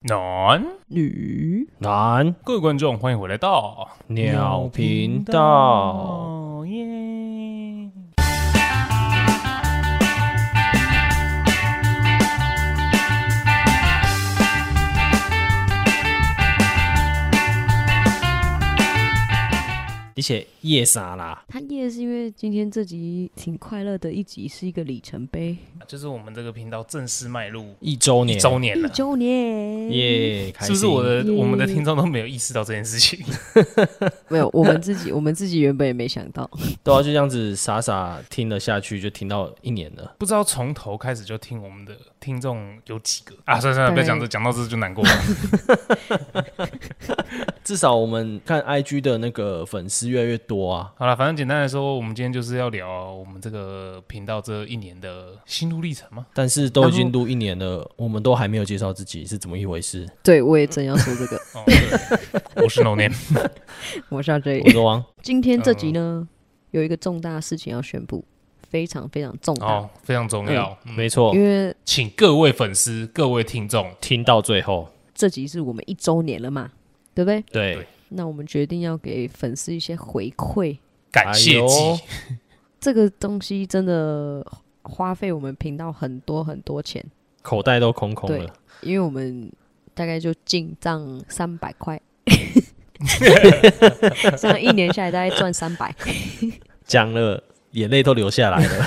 暖，女男各位观众，欢迎回来到鸟频道，耶！你写夜啥啦？他夜是因为今天这集挺快乐的一集，是一个里程碑，就是我们这个频道正式迈入一周一年，周年一了。周年！耶，开是不心是我的耶我们的听众都没有意识到这件事情？没有，我们自己，我 们自己原本也没想到，对啊，就这样子傻傻听了下去，就听到一年了。 不知道从头开始就听我们的听众有几个啊？算了算了，大概不要讲这，讲到这就难过了。 至少我们看 IG 的那个粉丝越来越多啊。好了，反正简单来说，我们今天就是要聊我们这个频道这一年的心路历程嘛。但是都已经录一年了，我们都还没有介绍自己是怎么一回事。对我也正要说 这个，哦， 对我是 No Name，我是阿 J 我。嗯是王，今天这集呢，有一个重大事情要宣布，非常非常重大，哦，非常重要。嗯没错因，为请各位粉丝、各位听众，听到最后，这集是我们一周年了嘛，对不对？对对，那我们决定要给粉丝一些回馈，感谢哎呦季，这个东西真的花费我们频道很多很多钱，口袋都空空对了。因为我们大概就进账三百块， 这样一年下来大概赚三百。讲了，眼泪都流下来了。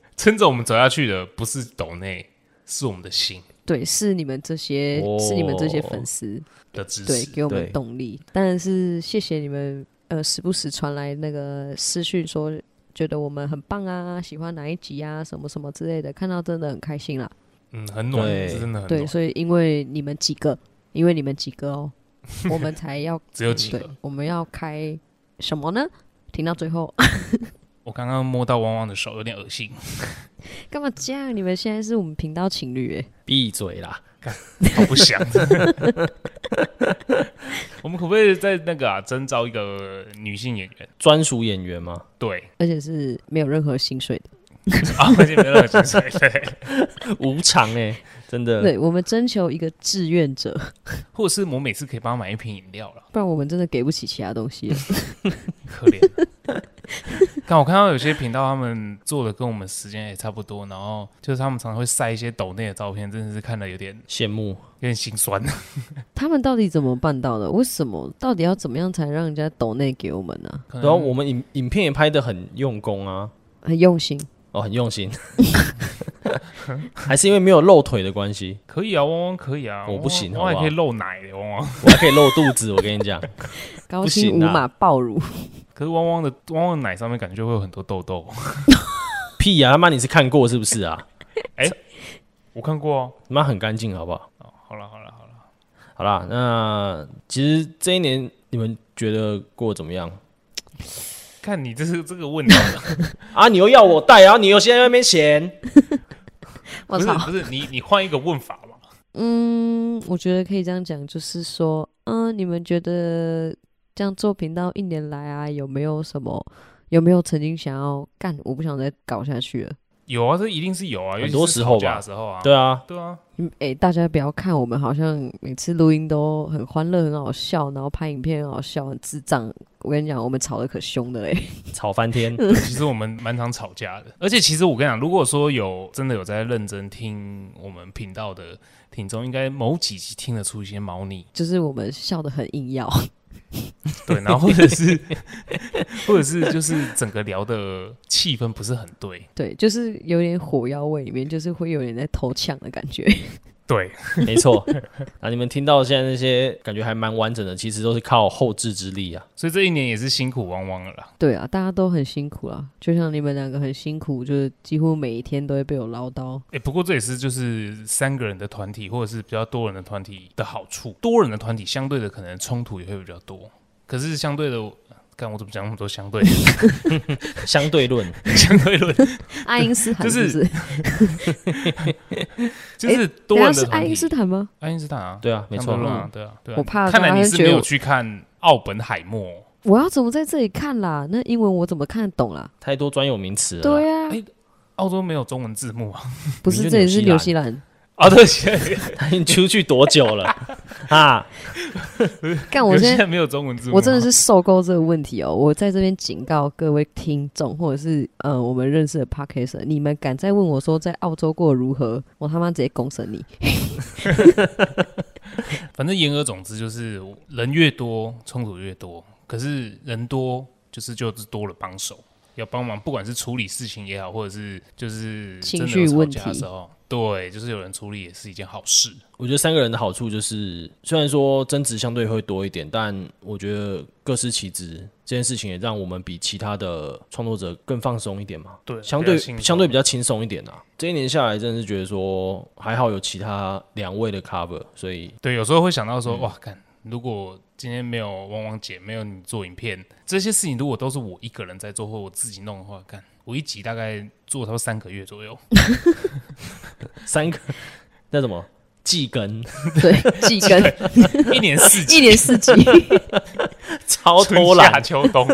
撑着我们走下去的不是抖内，是我们的心对，是你们这些，哦是你们这些粉丝，的支对，持。给我们对动力。但是谢谢你们，呃，时不时传来那个私讯说觉得我们很棒啊，喜欢哪一集啊，什么什么之类的，看到真的很开心啦。嗯，很暖，对是真的很对，暖。所以因为你们几个，因为你们几个哦，我们才要 只有几对个，，我们要开什么呢？听到最后，我刚刚摸到汪汪的手，有点恶 心。干嘛这样？你们现在是我们频道情侣哎，闭嘴啦！好不想。 我们可不可以在那个啊征召一个女性演员？专属演员吗？对而且是没有任何薪水的。 啊，而且没有任何薪水。对，无偿哎、真的。对我们征求一个志愿者， 或者是我每次可以帮她买一瓶饮料了，不然我们真的给不起其他东西了。 可 怜。但我看到有些频道他们做的跟我们时间也差不多，然后就是他们常常会晒一些抖内的照片，真的是看了有点羡慕，有点心酸。他们到底怎么办到的？为什么？到底要怎么样才让人家抖内给我们呢、可能然后我们影影片也拍得很用功啊，很用心，哦，很用心， 还是因为没有露腿的关系，可以啊，汪汪可以啊，我不行汪汪汪好不好汪也可以露奶的汪 汪。我还可以露肚子，我跟你讲， 高不清行无啊码爆乳，可是汪汪的汪汪的奶上面感觉就会有很多痘痘。屁呀、他妈你是看过是不是啊？我看过哦。他妈很干净，好不好？哦好了好了好了，好啦，那其实这一年你们觉得过得怎么样看你这是这个问题，啊？你又要我带，然后你又现在在那边嫌， 我不是操！不是你你换一个问法嘛？嗯，我觉得可以这样讲，就是说，嗯，你们觉得这样做频道一年来啊，有没有什么？有没有曾经想要干？我不想再搞下去了。有啊，这一定是有啊，很尤其多是时候吵架吧的时候啊，对啊，对啊，嗯，哎、大家不要看我们好像每次录音都很欢乐、很好笑，然后拍影片很好笑、很智障。我跟你讲，我们吵得可凶欸的嘞。吵翻天，其实我们蛮常吵架的， 而且其实我跟你讲，如果说有真的有在认真听我们频道的听众，应该某几集听得出一些猫 腻， 就是我们笑得很硬要， 对，然后或者是或者是就是整个聊的气氛不是很对，对，就是有点火药味，里面就是会有点在偷抢的感觉。 对，没错。那你们听到现在那些感觉还蛮完整的，其实都是靠后置之力啊。所以这一年也是辛苦汪汪了啦。对啊，大家都很辛苦啦，就像你们两个很辛苦，就是几乎每一天都会被我唠叨。哎、不过这也是就是三个人的团体，或者是比较多人的团体的好处。多人的团体相对的可能冲突也会比较多，可是相对的，看我怎么讲那么多相 对相对论，相对论，爱因斯坦是不是？就是多 等一下人的是团爱体。因斯坦吗？爱因斯坦啊，对啊，没相错对，论啊，对啊，对啊。嗯我怕看来大家你是觉没得有我去看《奥本海默》。我要怎么在这里看啦？那英文我怎么看得懂啦？太多专有名词了啦。对啊，哎澳洲没有中文字幕啊，不你是就这里纽是西纽兰西兰，哦，对，现在 他已经出去多久了啊？干，哦我现现在在没有中文字幕，啊我真的是受够这个问题哦！我在这边警告各位听众，或者是呃我们认识的 p o d c a s t 你们敢再问我说在澳洲过得如何，我他妈直接公审 你！反正言而总之就是人越多冲突越多，可是人多就是就是多了帮手，要帮忙，不管是处理事情也好，或者是就是真的情绪有吵问架的题时候，对，就是有人处理也是一件好事。我觉得三个人的好处就是，虽然说争执相对会多一点，但我觉得各司其职这件事情也让我们比其他的创作者更放松一点嘛。对相对相对比较轻松一点啊。这一年下来，真的是觉得说还好有其他两位的 cover，所以对，有时候会想到嗯说，哇，看如果今天没有汪汪姐，没有你做影片，这些事情如果都是我一个人在做或我自己弄的话，看我一集大概做到三个月左 右，三个那什么季更 对，季更一年四季，一年四季， 超春偷夏懒，秋冬。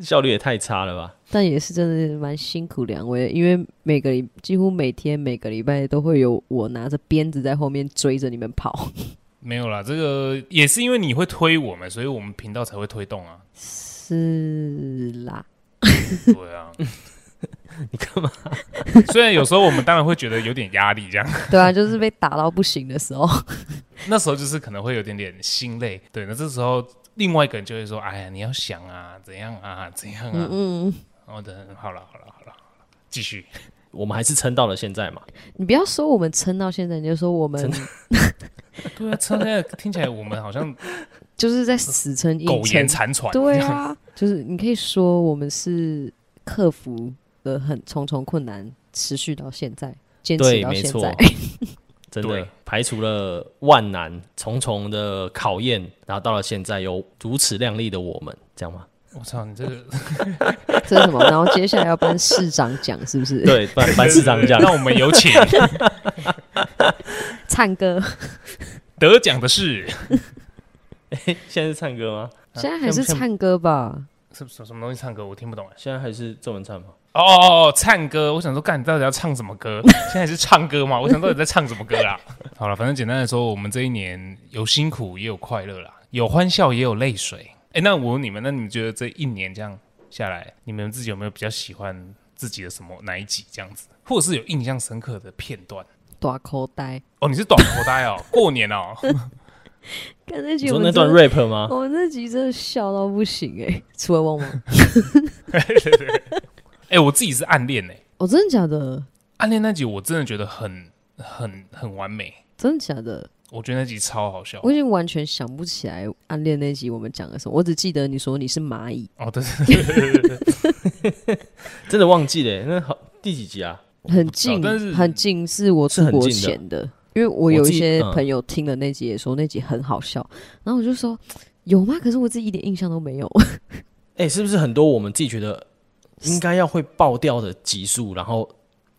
效率也太差了吧？但也是真的是蛮辛苦两位，因为每个礼几乎每天每个礼拜都会有我拿着鞭子在后面追着你们跑，没有啦，这个也是因为你会推我们，所以我们频道才会推动啊。是啦，对啊，你干嘛？虽然有时候我们当然会觉得有点压力，这样 对啊，就是被打到不行的时候，那时候就是可能会有点点心累。对，那这时候另外一个人就会说：“哎呀，你要想啊，怎样啊，怎样啊。嗯嗯，然后等好了，好了，好了，好了，继续。我们还是撑到了现在嘛？你不要说我们撑到现在，你就说我们撑对啊，趁现在听起来我们好像就是在死撑硬苟延撑，残喘。 对这样，啊，就是你可以说我们是克服了很重重困难，持续到现在，坚持对，到没现错在。，真的对排除了万难重重的考验，然后到了现在有如此亮丽的我们，这样吗？我操，你这个，这是什么？然后接下来要颁市长奖，是不是？，对， 班班市长讲 让我们有请灿 哥得奖的是现在是唱歌吗？现在还像是像灿哥吧？是什什么东西唱歌，我听不懂哎。现在还是郑文灿吗？哦哦哦，唱歌！我想说，干，你到底要唱什么歌？现在是唱歌吗？我想到底在唱什么歌啦？ 好了，反正简单的说，我们这一年有辛苦，也有快乐啦，有欢笑，也有泪水。哎、那我问你们，那你们觉得这一年这样下来，你们自己有没有比较喜欢自己的什么哪一集这样子，或者是有印象深刻的片段？短口呆，哦，你是短头呆哦， 过年哦，看那你集我说们哦那段真的 rap 吗？我们那集真的笑到不行哎、 除了汪汪，哎、我自己是暗恋哎、我、哦真的假的？暗恋那集我真的觉得很很很完美，真的假的？我觉得那集超好笑我。已经完全想不起来暗恋那集我们讲了什么，我只记得你说你是蚂蚁，哦，对对对对对对。真的忘记了耶，那好第几集啊？很近，但是很近，是我是出很国近的前的，因为我有我一自己些嗯朋友听了那集也说那集很好笑，然后我就说有吗？可是我自己一点印象都没有。 哎、是不是很多我们自己觉得应该要会爆掉的集数，然后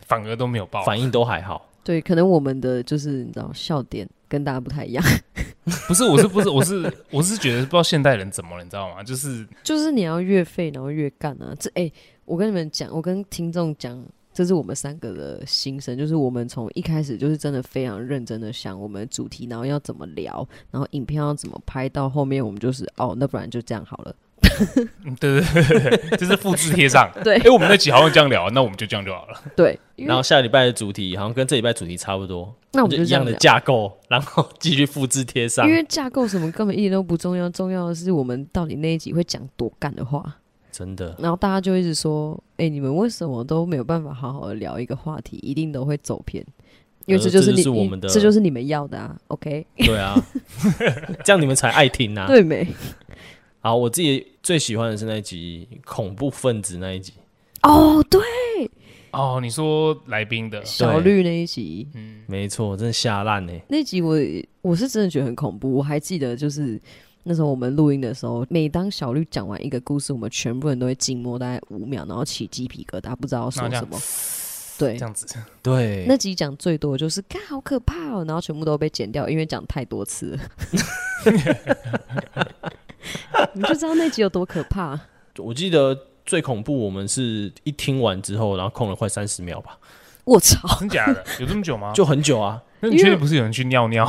反而都没有报。反应都还好？对，可能我们的就是你知道笑点跟大家不太一样， 不是，我是不是，我是我是觉得不知道现代人怎么了，你知道吗？就是就是你要越费，然后越干啊。这哎、我跟你们讲，我跟听众讲。这是我们三个的心声，就是我们从一开始就是真的非常认真的想我们的主题，然后要怎么聊，然后影片要怎么拍，到后面我们就是哦，那不然就这样好了。嗯对对对对， 就是复制贴上。对哎、我们那集好像这样聊，那我们就这样就好了。对，因为然后下礼拜的主题好像跟这礼拜主题差不多，那我们就一这样聊的架构，然后继续复制贴上因。为架构什么根本一点都不重要，重要的是我们到底那一集会讲多干的话，真的，然后大家就一直说，哎、你们为什么都没有办法好好的聊一个话题，一定都会走偏，因为呃这就是你，这就是我们的这就是你们要的啊，OK？、对啊， 这样你们才爱听啊。对没？好，我自己最喜欢的是那一集恐怖分子那一集，哦，对，哦，你说来宾的，小绿那一集，嗯，没错，真的吓烂欸呢。那集我我是真的觉得很恐怖，我还记得就是。那时候我们录音的时候，每当小绿讲完一个故事，我们全部人都会静默大概五秒，然后起鸡皮疙瘩，不知道说然后这什样么。对这，样子，对，那集讲最多就是“干好可怕哦”，然后全部都被剪掉，因为讲太多次 了。你就知道那集有多可怕。我记得最恐怖，我们是一听完之后，然后空了快三十秒吧。 我操，真 假的？有这么久吗？就很久啊，那你确定不是有人去尿尿？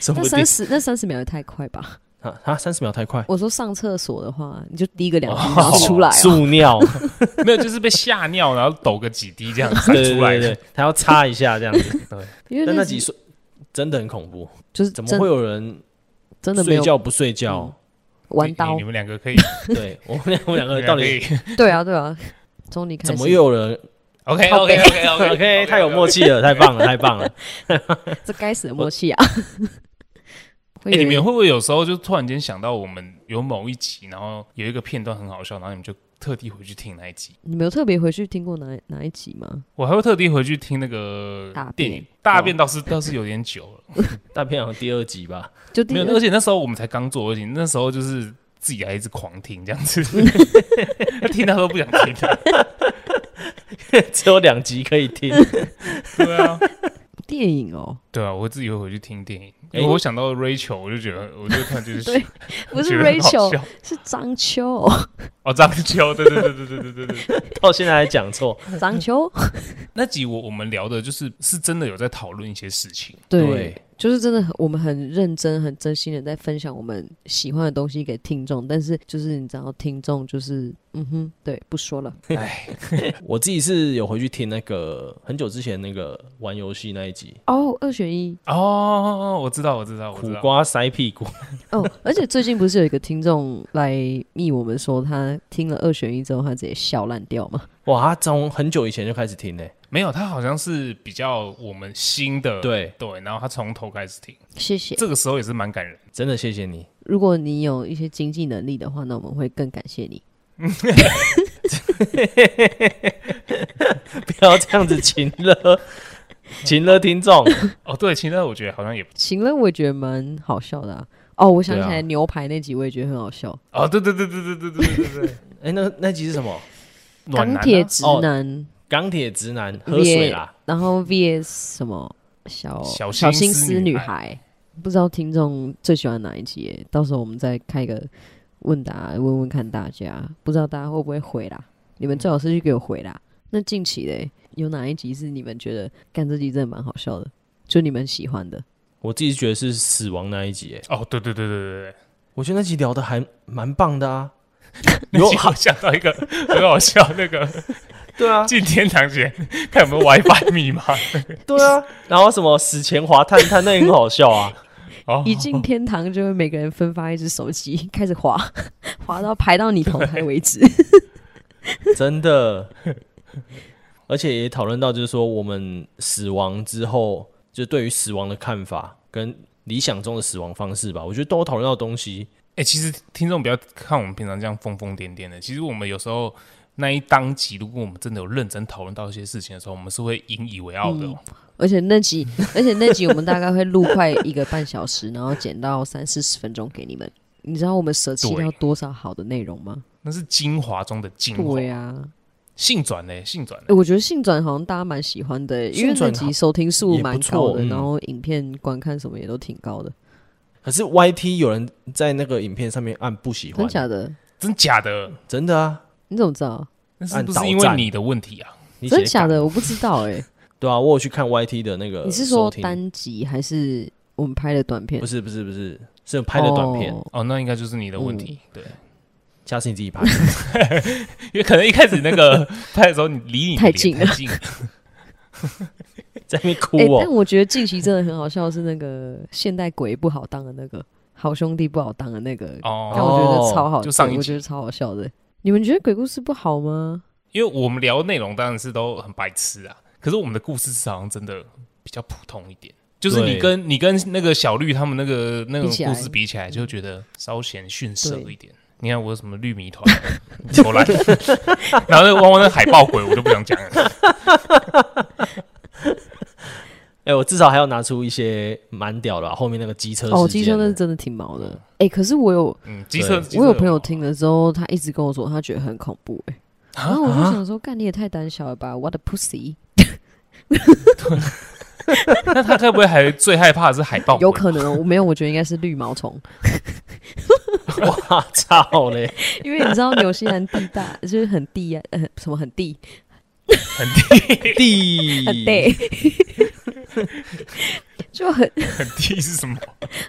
什么那地三十那三十秒也太快吧？啊啊，三十秒 太快，哦我说上厕所的话，你就滴个 两滴然后出来、啊，速尿，没有，就是被吓尿，然后抖个几滴 这样子才对对出来对的对，他要擦一下这 样子。因为但那集几岁真的很恐怖，就是怎真么会有人真的没睡有嗯觉不睡觉？玩你刀你？们两个可以，对我们两我们你两 个们呃人到可底以对啊对啊，从你开始怎么又有人 OK OK OK OK ？OK，太有默。契了，太棒了，太棒了！这该死的默契啊！会哎，你有们人会不会有时候就突然间想到我们有某一集，然后有一个片段很好笑，然后你们就特地回去听那一集？你没有特别回去听过哪哪一集吗？我还会特地回去听那个大便电影，大便倒是倒是有点久了，大片好像第二集吧， 就第没有，二而且那时候我们才刚做，而且那时候就是自己还一直狂听这样 子，听到都不想听了。只有两集可以听。对啊，电影哦，对啊，我自己会回去听电影。哎因为我想到 Rachel，我就觉得，我就突然就是对不是觉得很好 Rachel，笑是张 秋，哦，张秋，对对对对对对对对。 到现在还讲错，张秋，那集我我们聊的就是是真的有在讨论一些事情，对，就是真的很，我们很认真、很真心的在分享我们喜欢的东西给听众，但是就是你知道，听众就是嗯哼，对，不说了，哎，我自己是有回去听那个很久之前那个玩游戏那一集，哦，二选一哦，我知道，我知道，我苦知道。瓜塞屁股，哦， 而且最近不是有一个听众来密我们说，他听了二选一之后，他直接笑烂掉嘛？ 哇，他从很久以前就开始听呢、欸没有，他好像是比较我们新的，对，对，然后他从头开始听，谢谢。这个时候也是蛮感人。真的谢谢你，如果你有一些经济能力的话，那我们会更感谢你。 不要这样子情 了，情了听众，哦，对，其实我觉得好像也，行了，我也觉得蛮好笑的、啊。哦，我想起对啊来牛排那集，我也觉得很好笑。哦，对对对对对对对 对对对， 哎、那那集是什么？暖钢男啊铁直哦男，钢铁直男喝水啦，然后 VS 什么小小心小心思思女女孩孩，不知道听众最喜欢哪一集耶？到时候我们再开个问答，问问看大家，不知道大家会不会回啦？你们最好是去给我回啦。那近期的有哪一集是你们觉得干这集真的蛮好笑的，就你们喜欢的？我自己觉得是死亡那一集、欸，哦，对对对对对对。我觉得那集聊的还蛮棒的啊，有有好想到一个很好笑，那个 对啊，进天堂前看有没有 WiFi 密码。对啊， 然后什么死前滑探探，那也很好笑啊，哦，一进天堂就会每个人分发一只手机，开始滑， 滑到排到你淘汰为止。真的，而且也讨论到就是说我们死亡之后，就对于死亡的看法跟理想中的死亡方式吧，我觉得都有讨论到东西，哎、其实听众不要看我们平常这样疯疯癫癫的，其实我们有时候那一当集，如果我们真的有认真讨论到一些事情的时候，我们是会引以为傲的、哦。嗯而且那集， 而且那集我们大概会录快一个半小时，然后剪到三四十分钟给你们。你知道我们舍弃对掉多少好的内容吗？那是精华中的精嗯华。对啊，性转嘞，性转嘞欸哎诶，我觉得性转好像大家蛮喜欢的、因为性转那好集收听数也蛮不错高的，嗯然后影片观看什么也都挺高的，可是 YT 有人在那个影片上面按不喜欢真，假的？真假的？真的啊，你怎么知道？那是不按导是因为你的问题啊？你真写的假稿？的？我不知道 哎、对啊，我有去看 YT 的那呃个收听，你是说单集还是我们拍的短片不？是不是不是，是拍的短片，哦哦，那应该就是你的问题。嗯对，下次你自 己拍。因为可能一开始那个拍的时候，你离你的太脸近太了近，在那边哭哎、哦、但我觉得近期真的很好笑，是那个现代鬼不好当的那个，好兄弟不好当的那个，哦。 但我觉得超好，就上一集我觉得超好笑的。你们觉得鬼故事不好吗？因为我们聊的内容当然是都很白痴啊，可是我们的故事是好像真的比较普通一点。就是你对跟你跟那个小绿他们那个那种比起故来事比起来，就觉得稍显逊色对一点。你看我有什么绿米团、 球 篮，然后那个汪汪那个海豹鬼，我就不想讲了。哎、我至少还要拿出一些蛮屌的、啊，后面那个机车哦，事机件车那是真的挺毛的。哎、可是我有嗯，机车，机车我有朋友听了之后，他一直跟我说他觉得很恐怖、哎，啊然后我就想说，干你也太胆小了吧，What a pussy！那他该不会还最害怕的是海豹鬼？有可能哦 我没有，我觉得应该是绿毛虫，哇操嘞！ 因为你知道纽西兰地大就是很地啊，呃，什么很地。很低地啊，对， 就很很低是什么？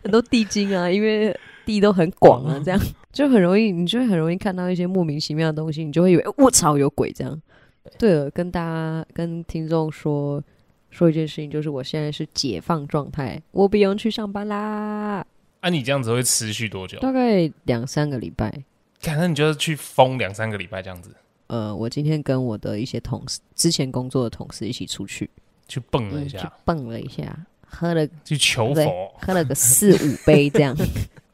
很多地精啊，因为地都很广啊，这样就很容易，你就会很容易看到一些莫名其妙的东西，你就会以为呃我操有鬼这样。对了，跟大家跟听众说说一件事情，就是我现在是解放状态，我不用去上班啦，啊，你这样子会持续多久？大概两三个礼拜。可能你就是去疯两三个礼拜这样子，呃，我今天跟我的一些同事，之前工作的同事一起出去，去蹦了嗯，一去下，蹦了一下，喝了去求嗯对佛。喝了个四五杯这样，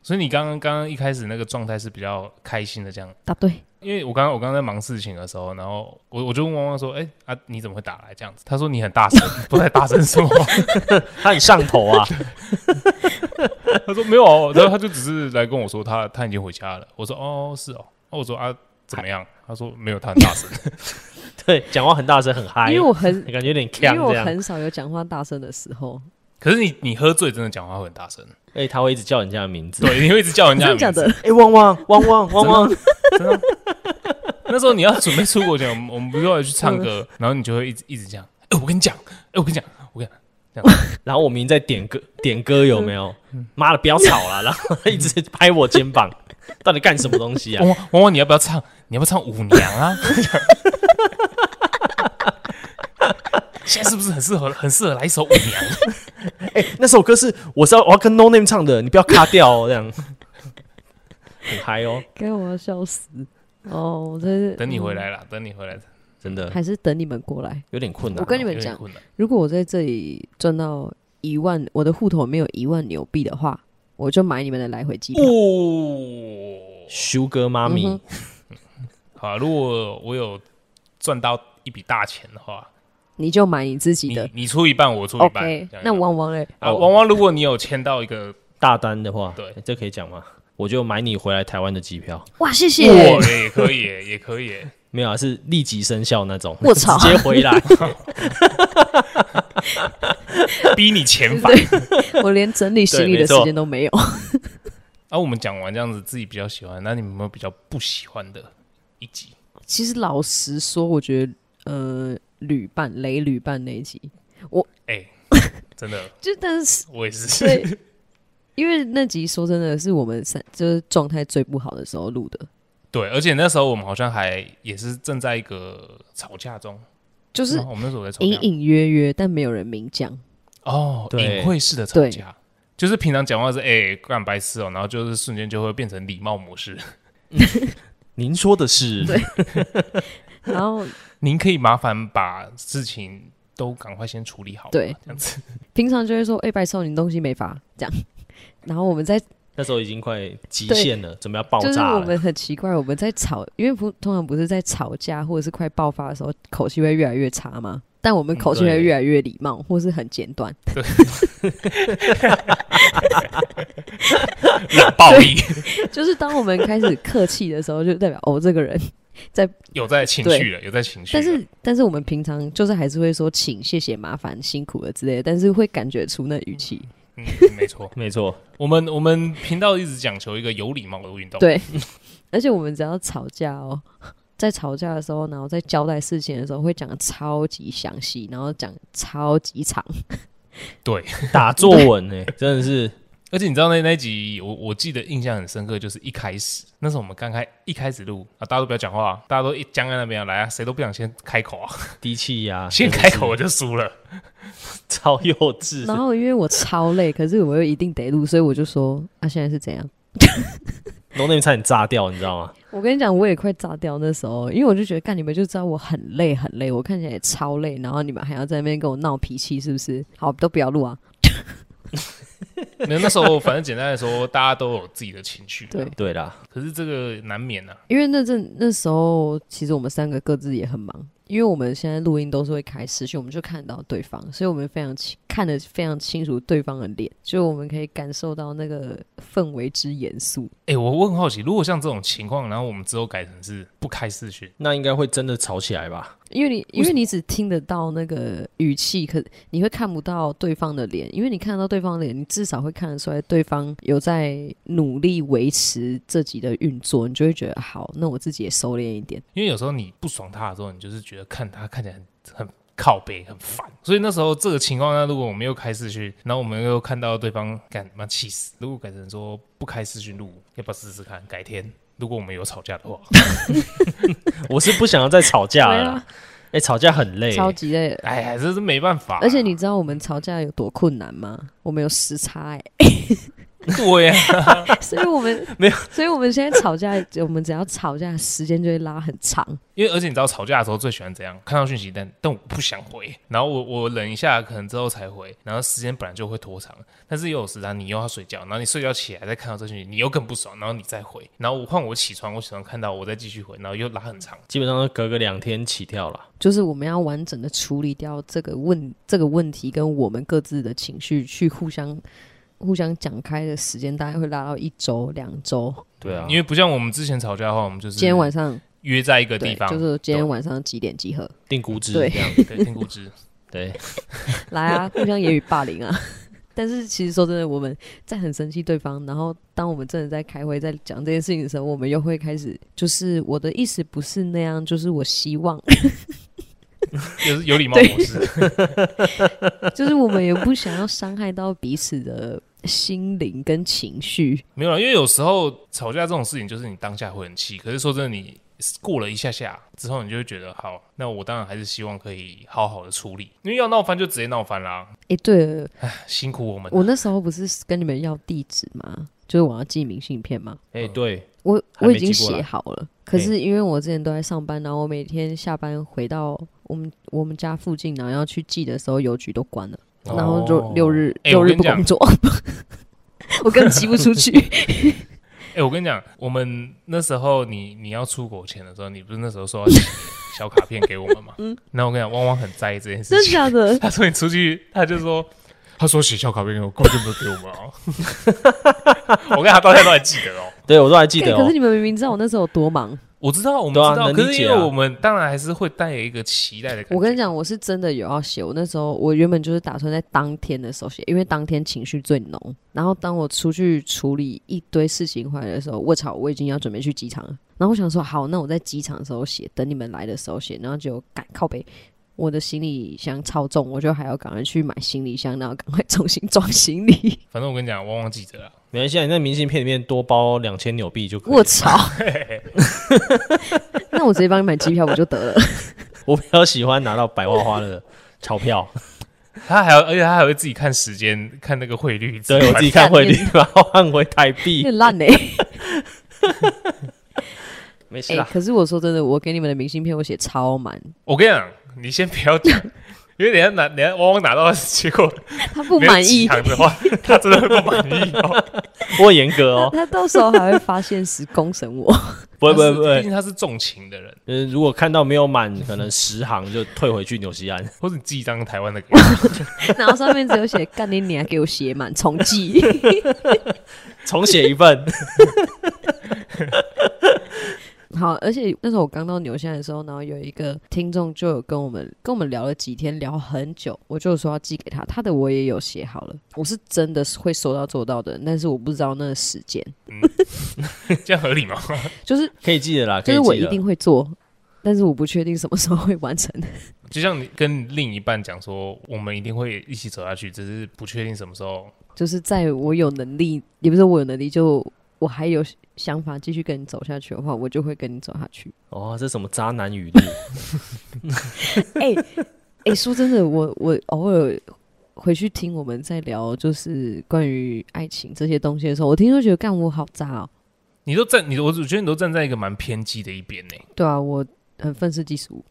所以你刚刚刚刚一开始那个状态是比较开心的这样。答对。因为我刚刚我刚刚在忙事情的时候，然后我我就问汪汪说：“哎、啊，你怎么会打来这样子？”他说：“你很大 声，不太大声说。他很上头啊，”他说：“没有哦。”然后他就只是来跟我说他他已经回家了。我说：“哦，是哦。”那我说：“啊，怎么样？”他说：“没有，他很大声。 对，讲话很大声，很嗨，因为我很，感觉有点因哎呛为我这样。很少有讲话大声的时候，”可是你你喝醉真的讲话会很大声，哎，他会一直叫人家的名字，对，你会一直叫人 真家的名假字。的？哎，汪汪汪 汪汪汪，真的。那时候你要准备出国前，我们我们不是要去唱 歌，嗯然后你就会一直一直这样。哎、我跟你讲，哎、我跟你讲，然后我明明在点歌，点歌有没有？妈的，不要吵了！ 然后他一直拍我肩 膀，到底干什么东西啊汪？汪汪汪，你要不要唱？你要不要唱舞娘 啊？现在是不是很适合，很适合来一首舞娘？哎，那首歌是我是要我要跟 No Name 唱的，你不要卡掉哦，这样很嗨哦，给我要笑 死！哦，我真是等你回嗯来啦，等你回来，真的还是等你们过来。有点困难哦。我跟你有们点讲，困难。如果我在这里赚到一万，我的户头没有一万纽币的话，我就买你们的来回机票。哦， Sugar 妈嗯咪哼，好，如果我有赚到一笔大钱的话，你就买你自己你的。你出一半，我出一半。 OK，这样那汪汪嘞？啊，汪汪，如果你有签到一个，大单的话，对哎这可以讲吗？我就买你回来台湾的机票，哇，谢谢。哇，也可以耶，也可以耶。没有啊，是立即生效那种，我操 直接回来。逼你遣返。我连整理行李对没的时错间都没有。啊，我们讲完这样子，自己比较喜欢，那你们有没有比较不喜欢的一集？其实老实说，我觉得呃，旅伴雷旅伴那一集，哎、真的，就但是我也是。 对，因为那集说真的是我们三就是状态最不好的时候录的，对，而且那时候我们好像还也是正在一个吵架中，就吗是我们那时候在吵隐架隐约约，但没有人明讲。 哦，对隐晦式的吵架，就是平常讲话是哎干、白痴哦、然后就是瞬间就会变成礼貌模式。 您说的是，对然后您可以麻烦把事情都赶快先处理好吗，对这样子。平常就会说：“哎、白少，你东西没发。”这样。 然后我们在那时候已经快极限了，准备要爆就是炸我了。们很奇怪，我们在吵，因为不通常不是在吵架或者是快爆发的时候，口气会越来越差嘛。但我们口气嗯对会越来越礼貌，或是很简短。冷暴力 就是当我们开始客气的时候，就代表哦，这个人。有在情绪了，有在情绪了，但是但是我们平常就是还是会说请、谢谢、麻烦、辛苦了之类的，但是会感觉出那语气。嗯，没错，没错，我们我们频道一直讲求一个有礼貌的运动，对， 而且我们只要吵架哦，在吵架的时候，然后在交代事情的时候，会讲的超级详细，然后讲超级长。打坐 稳哎，真的是而且你知道那那一集，我我记得印象很深刻，就是一开始那时候我们刚开一开始录啊，大家都不要讲话，大家都一僵在那边、啊、来啊，谁都不想先开口啊，低气压， 先真的开是口我就输了。超幼然稚。后因为我超累，可是我又一定得录，所以我就说啊，现在是怎样？龙内差点炸掉，你知道吗？我跟你讲，我也快炸掉那时候，因为我就觉得干你们就知道我很累很累，我看起来也超累，然后你们还要在那边跟我闹脾气，是不是？好，都不要录啊。没有那时候，反正简单来说，大家都有自己的情绪，啊对，对啦，可是这个难免啊，因为那阵那时候，其实我们三个各自也很忙，因为我们现在录音都是会开视讯，我们就看得到对方，所以我们非常期看得非常清楚对方的脸，就我们可以感受到那个氛围之严肃。哎、我我很好奇，如果像这种情况，然后我们之后改成是不开视讯，那应该会真的吵起 来吧？因为你因为你只听得到那个语气，可你会看不到对方的脸，因为你看得到对方的脸，你至少会看得出来对方有在努力维持自己的运作，你就会觉得好，那我自己也收敛一点。因为有时候你不爽他的时候，你就是觉得看他看起来很很靠背很烦，所以那时候这个情况下，如果我们又开视讯，然后我们又看到对方干妈气死，如果改成说不开视讯录，要不要试试看？改天如果我们有吵架的话，我是不想要再吵架了对啦啊。哎、吵架很累，超级累的。哎呀，这是没办法、而且你知道我们吵架有多困难吗？我们有时差哎、对啊呀、所以我们没有，所以我们现在吵架，我们只要吵架时间就会拉很长。因为而且你知道吵架的时候最喜欢怎样？看到讯息但但我不想回，然后我我忍一下，可能之后才回，然后时间本来就会拖长，但是又有时啊你又要睡觉，然后你睡觉起来再看到这讯息，你又更不爽，然后你再回，然后我换我起床，我起床看到我再继续回，然后又拉很长。基本上都隔个两天起跳了。就是我们要完整的处理掉这个问这个问题，跟我们各自的情绪去互相互相讲开的时间，大概会拉到一周两周。对啊，嗯因为不像我们之前吵架的话，我们就是今天晚上约在一个地对，方，就是今天晚上几点集合？定估值对这样。对听故知，对，来啊，互相言语霸 凌啊！但是其实说真的，我们在很生气对方，然后当我们真的在开会在讲这件事情的时候，我们又会开始，就是我的意思不是那样，就是我希 望， 就是有礼貌模式。就是我们也不想要伤害到彼此的心灵跟情绪。没有啦，因为有时候吵架这种事情，就是你当下会很气，可是说真的，你过了一下下之后，你就会觉得，好，那我当然还是希望可以好好的处理，因为要闹翻就直接闹翻啦， 诶，对了，辛苦我们。我那时候不是跟你们要地址吗？就是我要寄明信片嘛，哎、对，我还我没已经寄过来写好了，可是因为我之前都在上班，然后我每天下班回到我们我们家附近，然后要去寄的时候，邮局都关了，哦然后就六日、哎六我日跟你不讲工作， 我更寄不 出去。哎、我跟你讲，我们那时候你你要出国前的时候，你不是那时候说要写小卡片给我们 吗？嗯，那我跟你讲，汪汪很在意这件事真的情。假的？他说你出去，他就说，他说写小卡片给我，根本就没有给我们啊。我跟他到现在都还记得哦。对我都还记干得哎可哦是。你们明明知道我那时候有多忙，我知道，我们对啊知道，能可理是解因为啊我们当然还是会带有一个期待的感觉。我跟你讲，我是真的有要写。我那时候我原本就是打算在当天的时候写，因为当天情绪最浓。然后当我出去处理一堆事情回来的时候，我操，我已经要准备去机场了。然后我想说，好，那我在机场的时候写，等你们来的时候写。然后就赶靠北，我的行李箱超重，我就还要赶快去买行李箱，然后赶快重新装行李。反正我跟你讲，汪汪记得啊，没关系，啊，你在明信片里面多包两千纽币就可以了。我操！ 那我直接帮你买机票不就得 了？我比较喜欢拿到白花花的 钞票，他还要，而且他还会自己看时间，看那个汇率。对我自己看汇率，然后换回台有币，点 烂呢、欸没事哎、啦。可是我说真的，我给你们的明信片我写超满，我跟你讲，你先不要 讲，因为等一下拿，等一下汪汪拿到结果他不没有满几意，行的 话，他真的会不满意哦。哎不过严格他 他哦，到时候还会发现时公审我，不会不会不毕会。竟他是重情的人，嗯，如果看到没有满，可能十行就退回去纽西 兰。或者你寄一张台湾的给我，然后上面只有写“干你娘”，给我写满重寄。重写一份。 好，而且那时候我刚到纽西兰的时候，然后有一个听众就有跟我们跟我们聊了几天，聊很久，我就说要寄给他，他的我也有写好了，我是真的是会收到做到的，但是我不知道那个时间， 这样合理吗？就是可以记得啦，可就以是我记一得。定会做。但是我不确定什么时候会完成。 就像你跟另一半讲说，我们一定会一起走下去，只是不确定什么时候。就是在我有能力，也不是我有能力，就我还有想法继续跟你走下去的话，我就会跟你走下去。哦，这什么渣男语录？哎、哎、说真的，我我偶尔回去听我们在聊，就是关于爱情这些东西的时候，我听就觉得干我好渣哦。你都站，你我只觉得你都站在一个蛮偏激的一边呢、对啊，我很愤世嫉俗。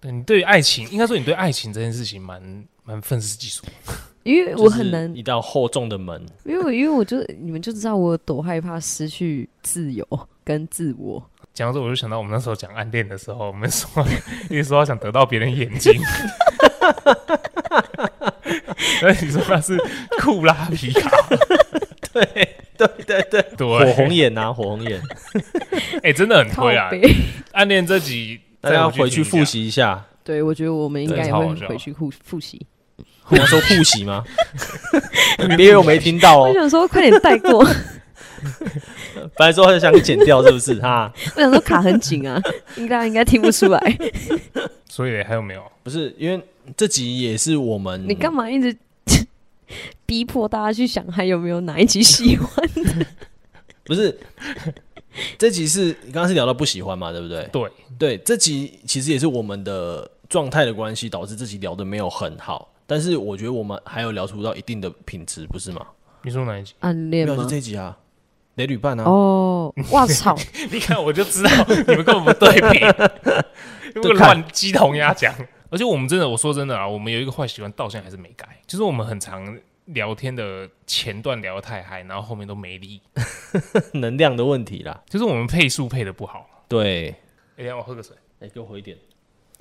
对你对于爱情，应该说你对爱情这件事情蛮蛮愤世嫉俗。因为 我很难就是，一道厚重 的门。因为我因为我就你们就知道我有多害怕失去自由跟自我，讲到这，我就想到我们那时候讲暗恋的时候，我 们说一直说想得到别人眼睛，所以你说他是库拉皮卡，对对对对，对，火红眼啊，火红眼，哎、真的很靠推啊！北。暗恋这集大家再回听去一复下，习一下。对，我觉得我们应对该也超会好笑回去复复习。我说复习吗？别以为我没听到 我哦，想说快点带 过，我本来说很想剪掉，是不是？哈，想说卡很紧啊，应该应该听不出来。所以还有没有？不是，因为这集也是我嗯们 你干嘛一直逼迫大家去想还有没有哪一集 喜欢？不是，这集是你刚刚是聊到不喜欢嘛，对不对？对，对，这集其实也是我们的状态的关系，导致这集聊的没有很好。但是我觉得我们还有聊出到一定的品质，不是吗？你说哪一集？暗没恋有，就吗？这集啊，雷旅伴啊，哦， 哇操！你看我就知道你们根本不对 比，如果乱鸡同鸭讲。而且我们真的，我说真的啊，我们有一个坏习惯，到现在还是没改，就是我们很常聊天的前段聊得太嗨，然后后面都没力，能量的问题啦。就是我们配速配的不好。对，哎、让我喝个水。哎、给我回一点。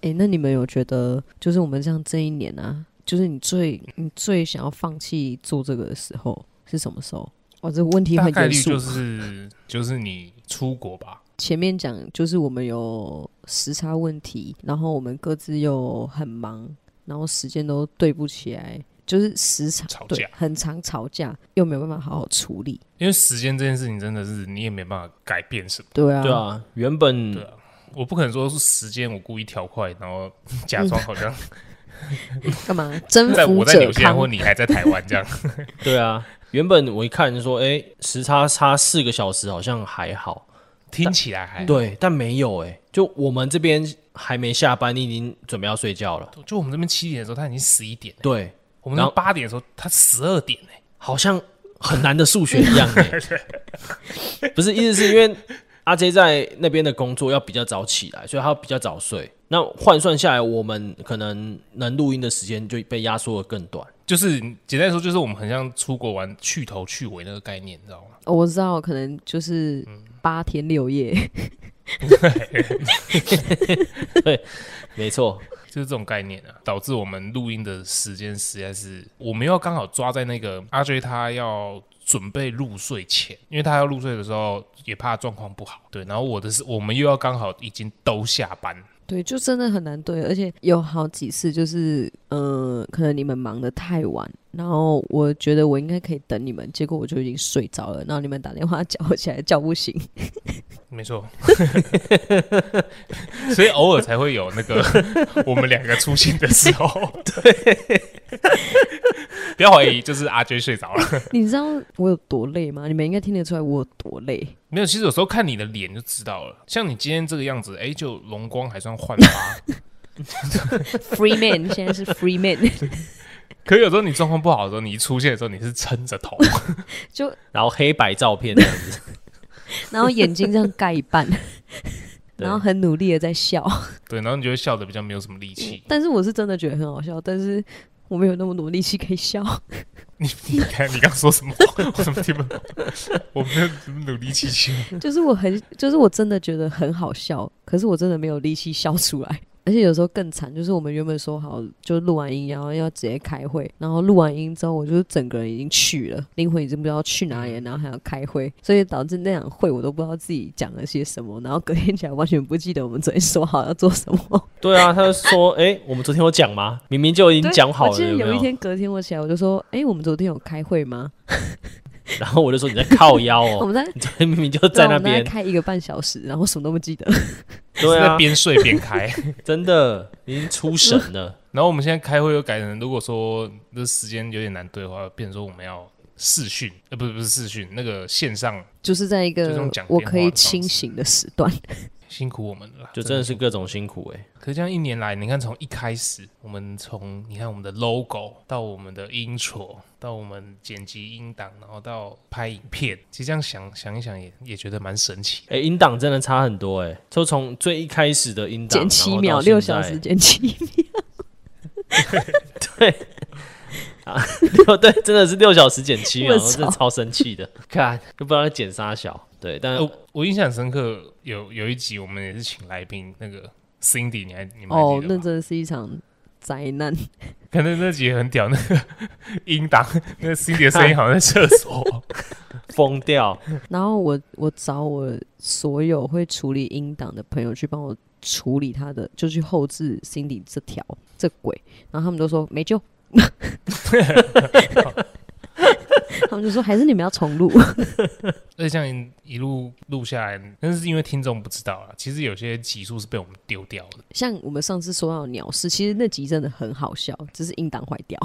哎、那你们有觉得，就是我们这样这一年啊，就是你最你最想要放弃做这个的时候是什么时候？哇，这个问题大很概严率肃。就是就是你出国吧，前面讲就是我们有时差问题，然后我们各自又很忙，然后时间都对不起来，就是时常吵对架很常吵架，又没有办法好好处理。因为时间这件事情真的是你也没办法改变什么。对啊，对啊，原本对啊我不可能说是时间我故意调快，然后假装好像干嘛征在服 我在者纽西兰康或？你还在台湾这样。对啊，原本我一看说，哎、时差差四个小时好像还好，听起来还对，但没有哎、就我们这边还没下班，你已经准备要睡觉了，就我们这边七点的时候，他已经十一点了；对，我们然那后八点的时候，他十二点哎、好像很难的数学 一样、欸。不是，意思是因为阿 J 在那边的工作要比较早起来，所以他要比较早睡。那换算下来，我们可能能录音的时间就被压缩的更短。就是简单来说，就是我们很像出国玩去头去尾那个概念，你知道吗？哦我知道，可能就是嗯八天六夜。 没错，就是这种概念啊，导致我们录音的时间实在是，我们又刚好抓在那个阿 J 他要准备入睡前，因为他要入睡的时候也怕状况不好，对。然后我的是，我们又要刚好已经都下班，对，就真的很难对，而且有好几次就是，呃，可能你们忙得太晚，然后我觉得我应该可以等你们，结果我就已经睡着了，然后你们打电话叫我起来叫不醒，没错， 所以偶尔才会有那个 我们两个出现的时候。对， 不要怀疑，就是阿 J 睡着了。你知道我有多累吗？你们应该听得出来我有多累。没有，其实有时候看你的脸就知道了。像你今天这个样子，哎、就容光还算焕 发。 Free man，现在是 free man，可有时候你状况不好的时候，你一出现的时候，你是撑着 头，然后黑白照片这样子， 然后眼睛这样盖一半，对 然后很努力的在笑，对，然后你就会笑得比较没有什么力嗯气。但是我是真的觉得很好笑，但是我没有那么多力气可以笑。你你看你刚说什么？我怎么听不懂？我没有努力去笑。 就是我很，就是我真的觉得很好笑，可是我真的没有力气笑出来。而且有时候更惨，就是我们原本说好就录完音，然后要直接开会，然后录完音之后，我就是整个人已经去了，灵魂已经不知道去哪里了，然后还要开会，所以导致那场会我都不知道自己讲了些什么，然后隔天起来完全不记得我们昨天说好要做什么。对啊，他就说，哎、我们昨天有讲吗？明明就已经讲好我了，记得有没有一有？天隔天我起来，我就说：“哎、我们昨天有开会吗？然后我就说你在靠腰我 哦，们在你昨天明明就在那我们在边，开一个半小时，然后什么都不记得。” 对是在啊，边睡边开。真的已经出神了。然后我们现在开会又改成，如果说这时间有点难对的话，变成说我们要视讯，呃，不是不是视讯，那个线上就是在一就个用讲电话的方式我可以清醒的时段。辛苦我们了啦，就真的是各种辛苦哎、可是这样一年来，你看从一开始，我们从你看我们的 logo 到我们的 intro，到我们剪辑音档，然后到拍影片，其实这样想想一想也也觉得蛮神奇的。哎、音档真的差很多哎、就从最一开始的音减档七然后到秒，现六小在时减七，哦，对，真的是六小时减七我秒，我操真的超生气的。看，都不知道在减啥小。对，但哦呃我印象很深刻，有有一集我们也是请来宾，那个 Cindy，你还你们还记哦，得那吗？真的是一场灾难。可能那集很屌，那个音 档，那个 Cindy 的声音好像在厕 所。疯掉。然后我我找我所有会处理音档的朋友去帮我处理他的，就去后置 Cindy 这条这轨，然后他们都说没 救，他们就说还是你们要重录。而且这样一路录下来，但是因为听众不知道啊，其实有些集数是被我们丢掉的。像我们上次说到鸟事，其实那集真的很好笑，只是音档坏掉，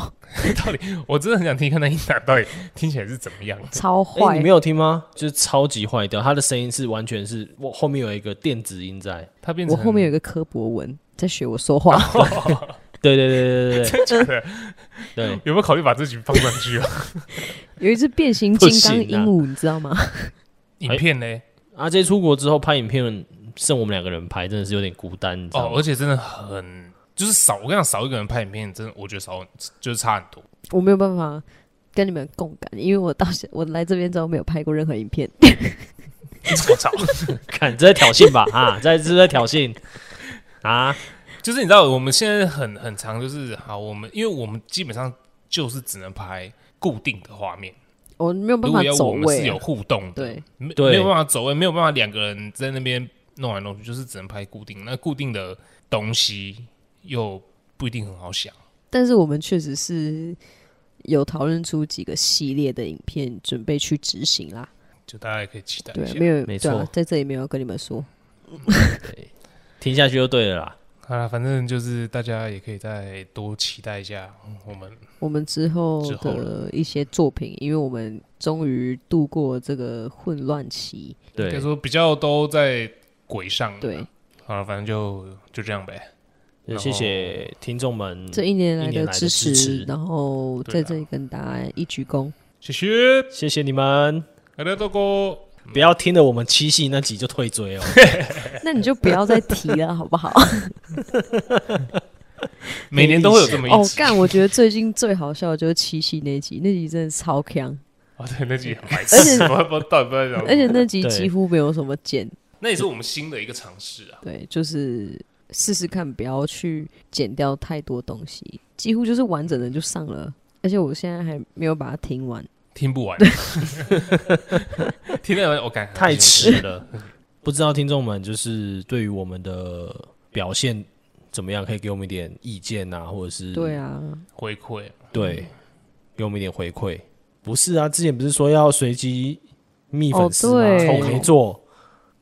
到底我真的很想听看那音档到底听起来是怎么样。超哎、坏。你没有听吗？就是超级坏掉，它的声音是完全是我后面有一个电子音在。它变我成后面有一个柯博文在学我说 话，对对对对对对真的对，有没有考虑把这集放上去啊？有一只变形金刚啊鹦鹉，你知道吗？ 影片呢？阿 J 啊出国之后拍影片，剩我们两个人拍，真的是有点孤单，你知道哦，吗？而且真的很就是少，我跟你讲，少一个人拍影片，真的我觉得少就是差很 多。我没有办法跟你们共感，因为我到现我来这边之后没有拍过任何影片。 我操！看、这在挑衅吧啊，在这在挑衅啊！就是你知道，我们现在很很长，就是好，我们因为我们基本上就是只能拍固定的画面，我没有办如法果要走我们是位有啊，互动的，对，没对没有办法走位，没有办法两个人在那边弄来弄去，就是只能拍固定。那固定的东西又不一定很好想，但是我们确实是有讨论出几个系列的影片，准备去执行啦。就大家也可以期待对一啊，下没。有，没对啊错在这里没有跟你们说，听下去就对了啦。好了，反正就是大家也可以再多期待一下嗯我们我们之后之后的一些作品，因为我们终于度过这个混乱期，应该对，说比较都在轨上了。对，好了，反正就就这样呗。也谢谢哦听众们，这一年来一的年来的支支持然后对在啊这里跟大家一 鞠躬。谢谢，谢谢你们，大家都哥。不要听了我们七夕那集就退 追哦。那你就不要再提了，好不好？每年都会有这么一哦，集。干！我觉得最近最好笑的就是七夕那集，那集真的超强， 哦，对，那集很白而且痴， 我也不知道到底不知道在讲什么。而且那集对几乎没有什么剪，那也是我们新的一个尝试啊。对，就是试试看，不要去剪掉太多东西，几乎就是完整的就上了。而且我现在还没有把它听完，听不完， 听得完我感太迟了。不知道听众们就是对于我们的表现怎么样，可以给我们一点意见啊，或者是对啊，回馈。对给我们一点回馈。不是啊，之前不是说要随机密粉丝吗？哦对从没做，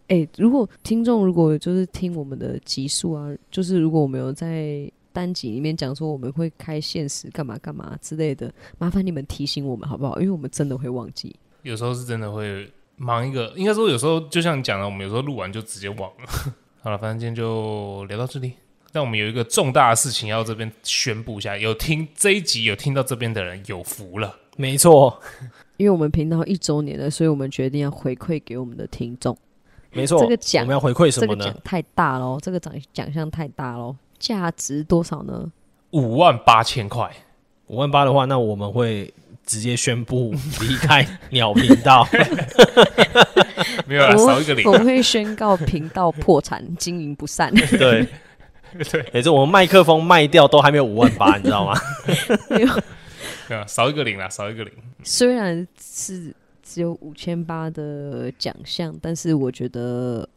哎、如果听众如果就是听我们的集数啊，就是如果我们有在单集里面讲说我们会开限时干嘛干嘛之类的，麻烦你们提醒我们好不好？因为我们真的会忘记。有时候是真的会忙一个，应该说有时候就像你讲的，我们有时候录完就直接忘了。 好了，反正今天就聊到这里。但我们有一个重大的事情要这边宣布一下，有听这一集有听到这边的人有福了。没错，因为我们频道一周年了，所以我们决定要回馈给我们的听众。没错。这个奖我们要回馈什这么个呢奖？太大喽，这个奖奖项太大喽，价值多少呢？五万八千块，五万八的话，那我们会直接宣布 离开鸟频 道。没有啦，哦少一个零我。们会宣告频道破产，经营不 善，对对，也是我们麦克风卖掉都还没有五万八，你知道吗？ 对啊少一个零啦，少一个零。虽然是只有五千八的奖项，但是我觉得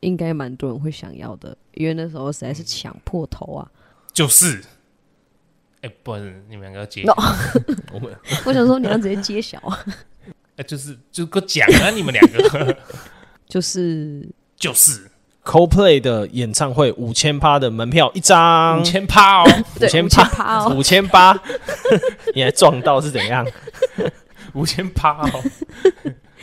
应该蛮多人会想要的，因为那时候实在是抢破头 啊！就是，哎、不好意思，你们两个要接，哎 No 我们我想说你要直接揭晓 啊，、哎就是就给我讲啊，你们两个 就是就是。 CoPlay 的演唱会五千趴的门票一张五，千趴哦，对5000 5000趴哦五千八， 你还撞到是怎样？ 五千趴哦，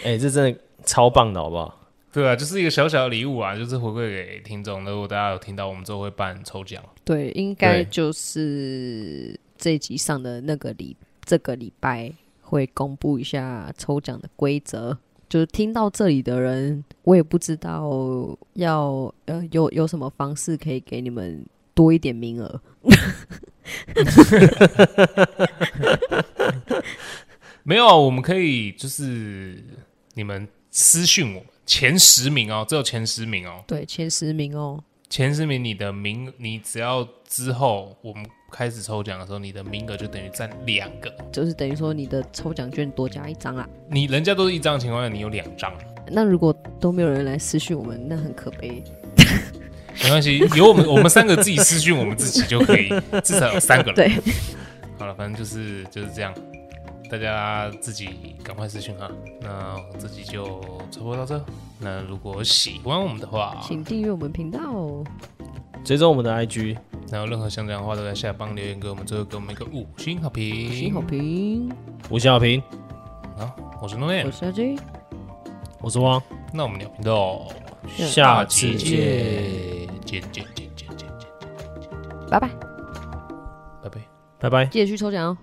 哎、这真的超棒的，好不好？对啊，就是一个小小的礼物啊，就是回馈给听众。如果大家有听到，我们之后会办抽奖，对，应该对就是这一集上的那个礼，这个礼拜会公布一下抽奖的规则。就是听到这里的人，我也不知道要呃有有什么方式可以给你们多一点名额。没有啊，我们可以就是你们私讯我前十名哦，只有前十名哦，对，前十名哦，前十名你的名，你只要之后我们开始抽奖的时候，你的名额就等于占两个。就是等于说你的抽奖券多加一张啦。你人家都是一张的情况下，你有两张，那如果都没有人来私讯我们，那很可悲。没关系，有我们我们三个自己私讯我们自己就可以，至少有三个人。对，好了，反正就是就是这样，大家自己赶快私讯哈。那这集就差不多到这。那如果喜欢我们的话，请订阅我们频道哦，追踪我们的 IG，然后任何想讲的话都在下方留言给我们，最后给我们一个五星好评。五星好评。五星好评，好，我是 n 我 o 是阿 J，我是汪，那我们聊频道，下次见，，见见见见见见，拜拜，拜拜。拜拜。记得去抽奖哦。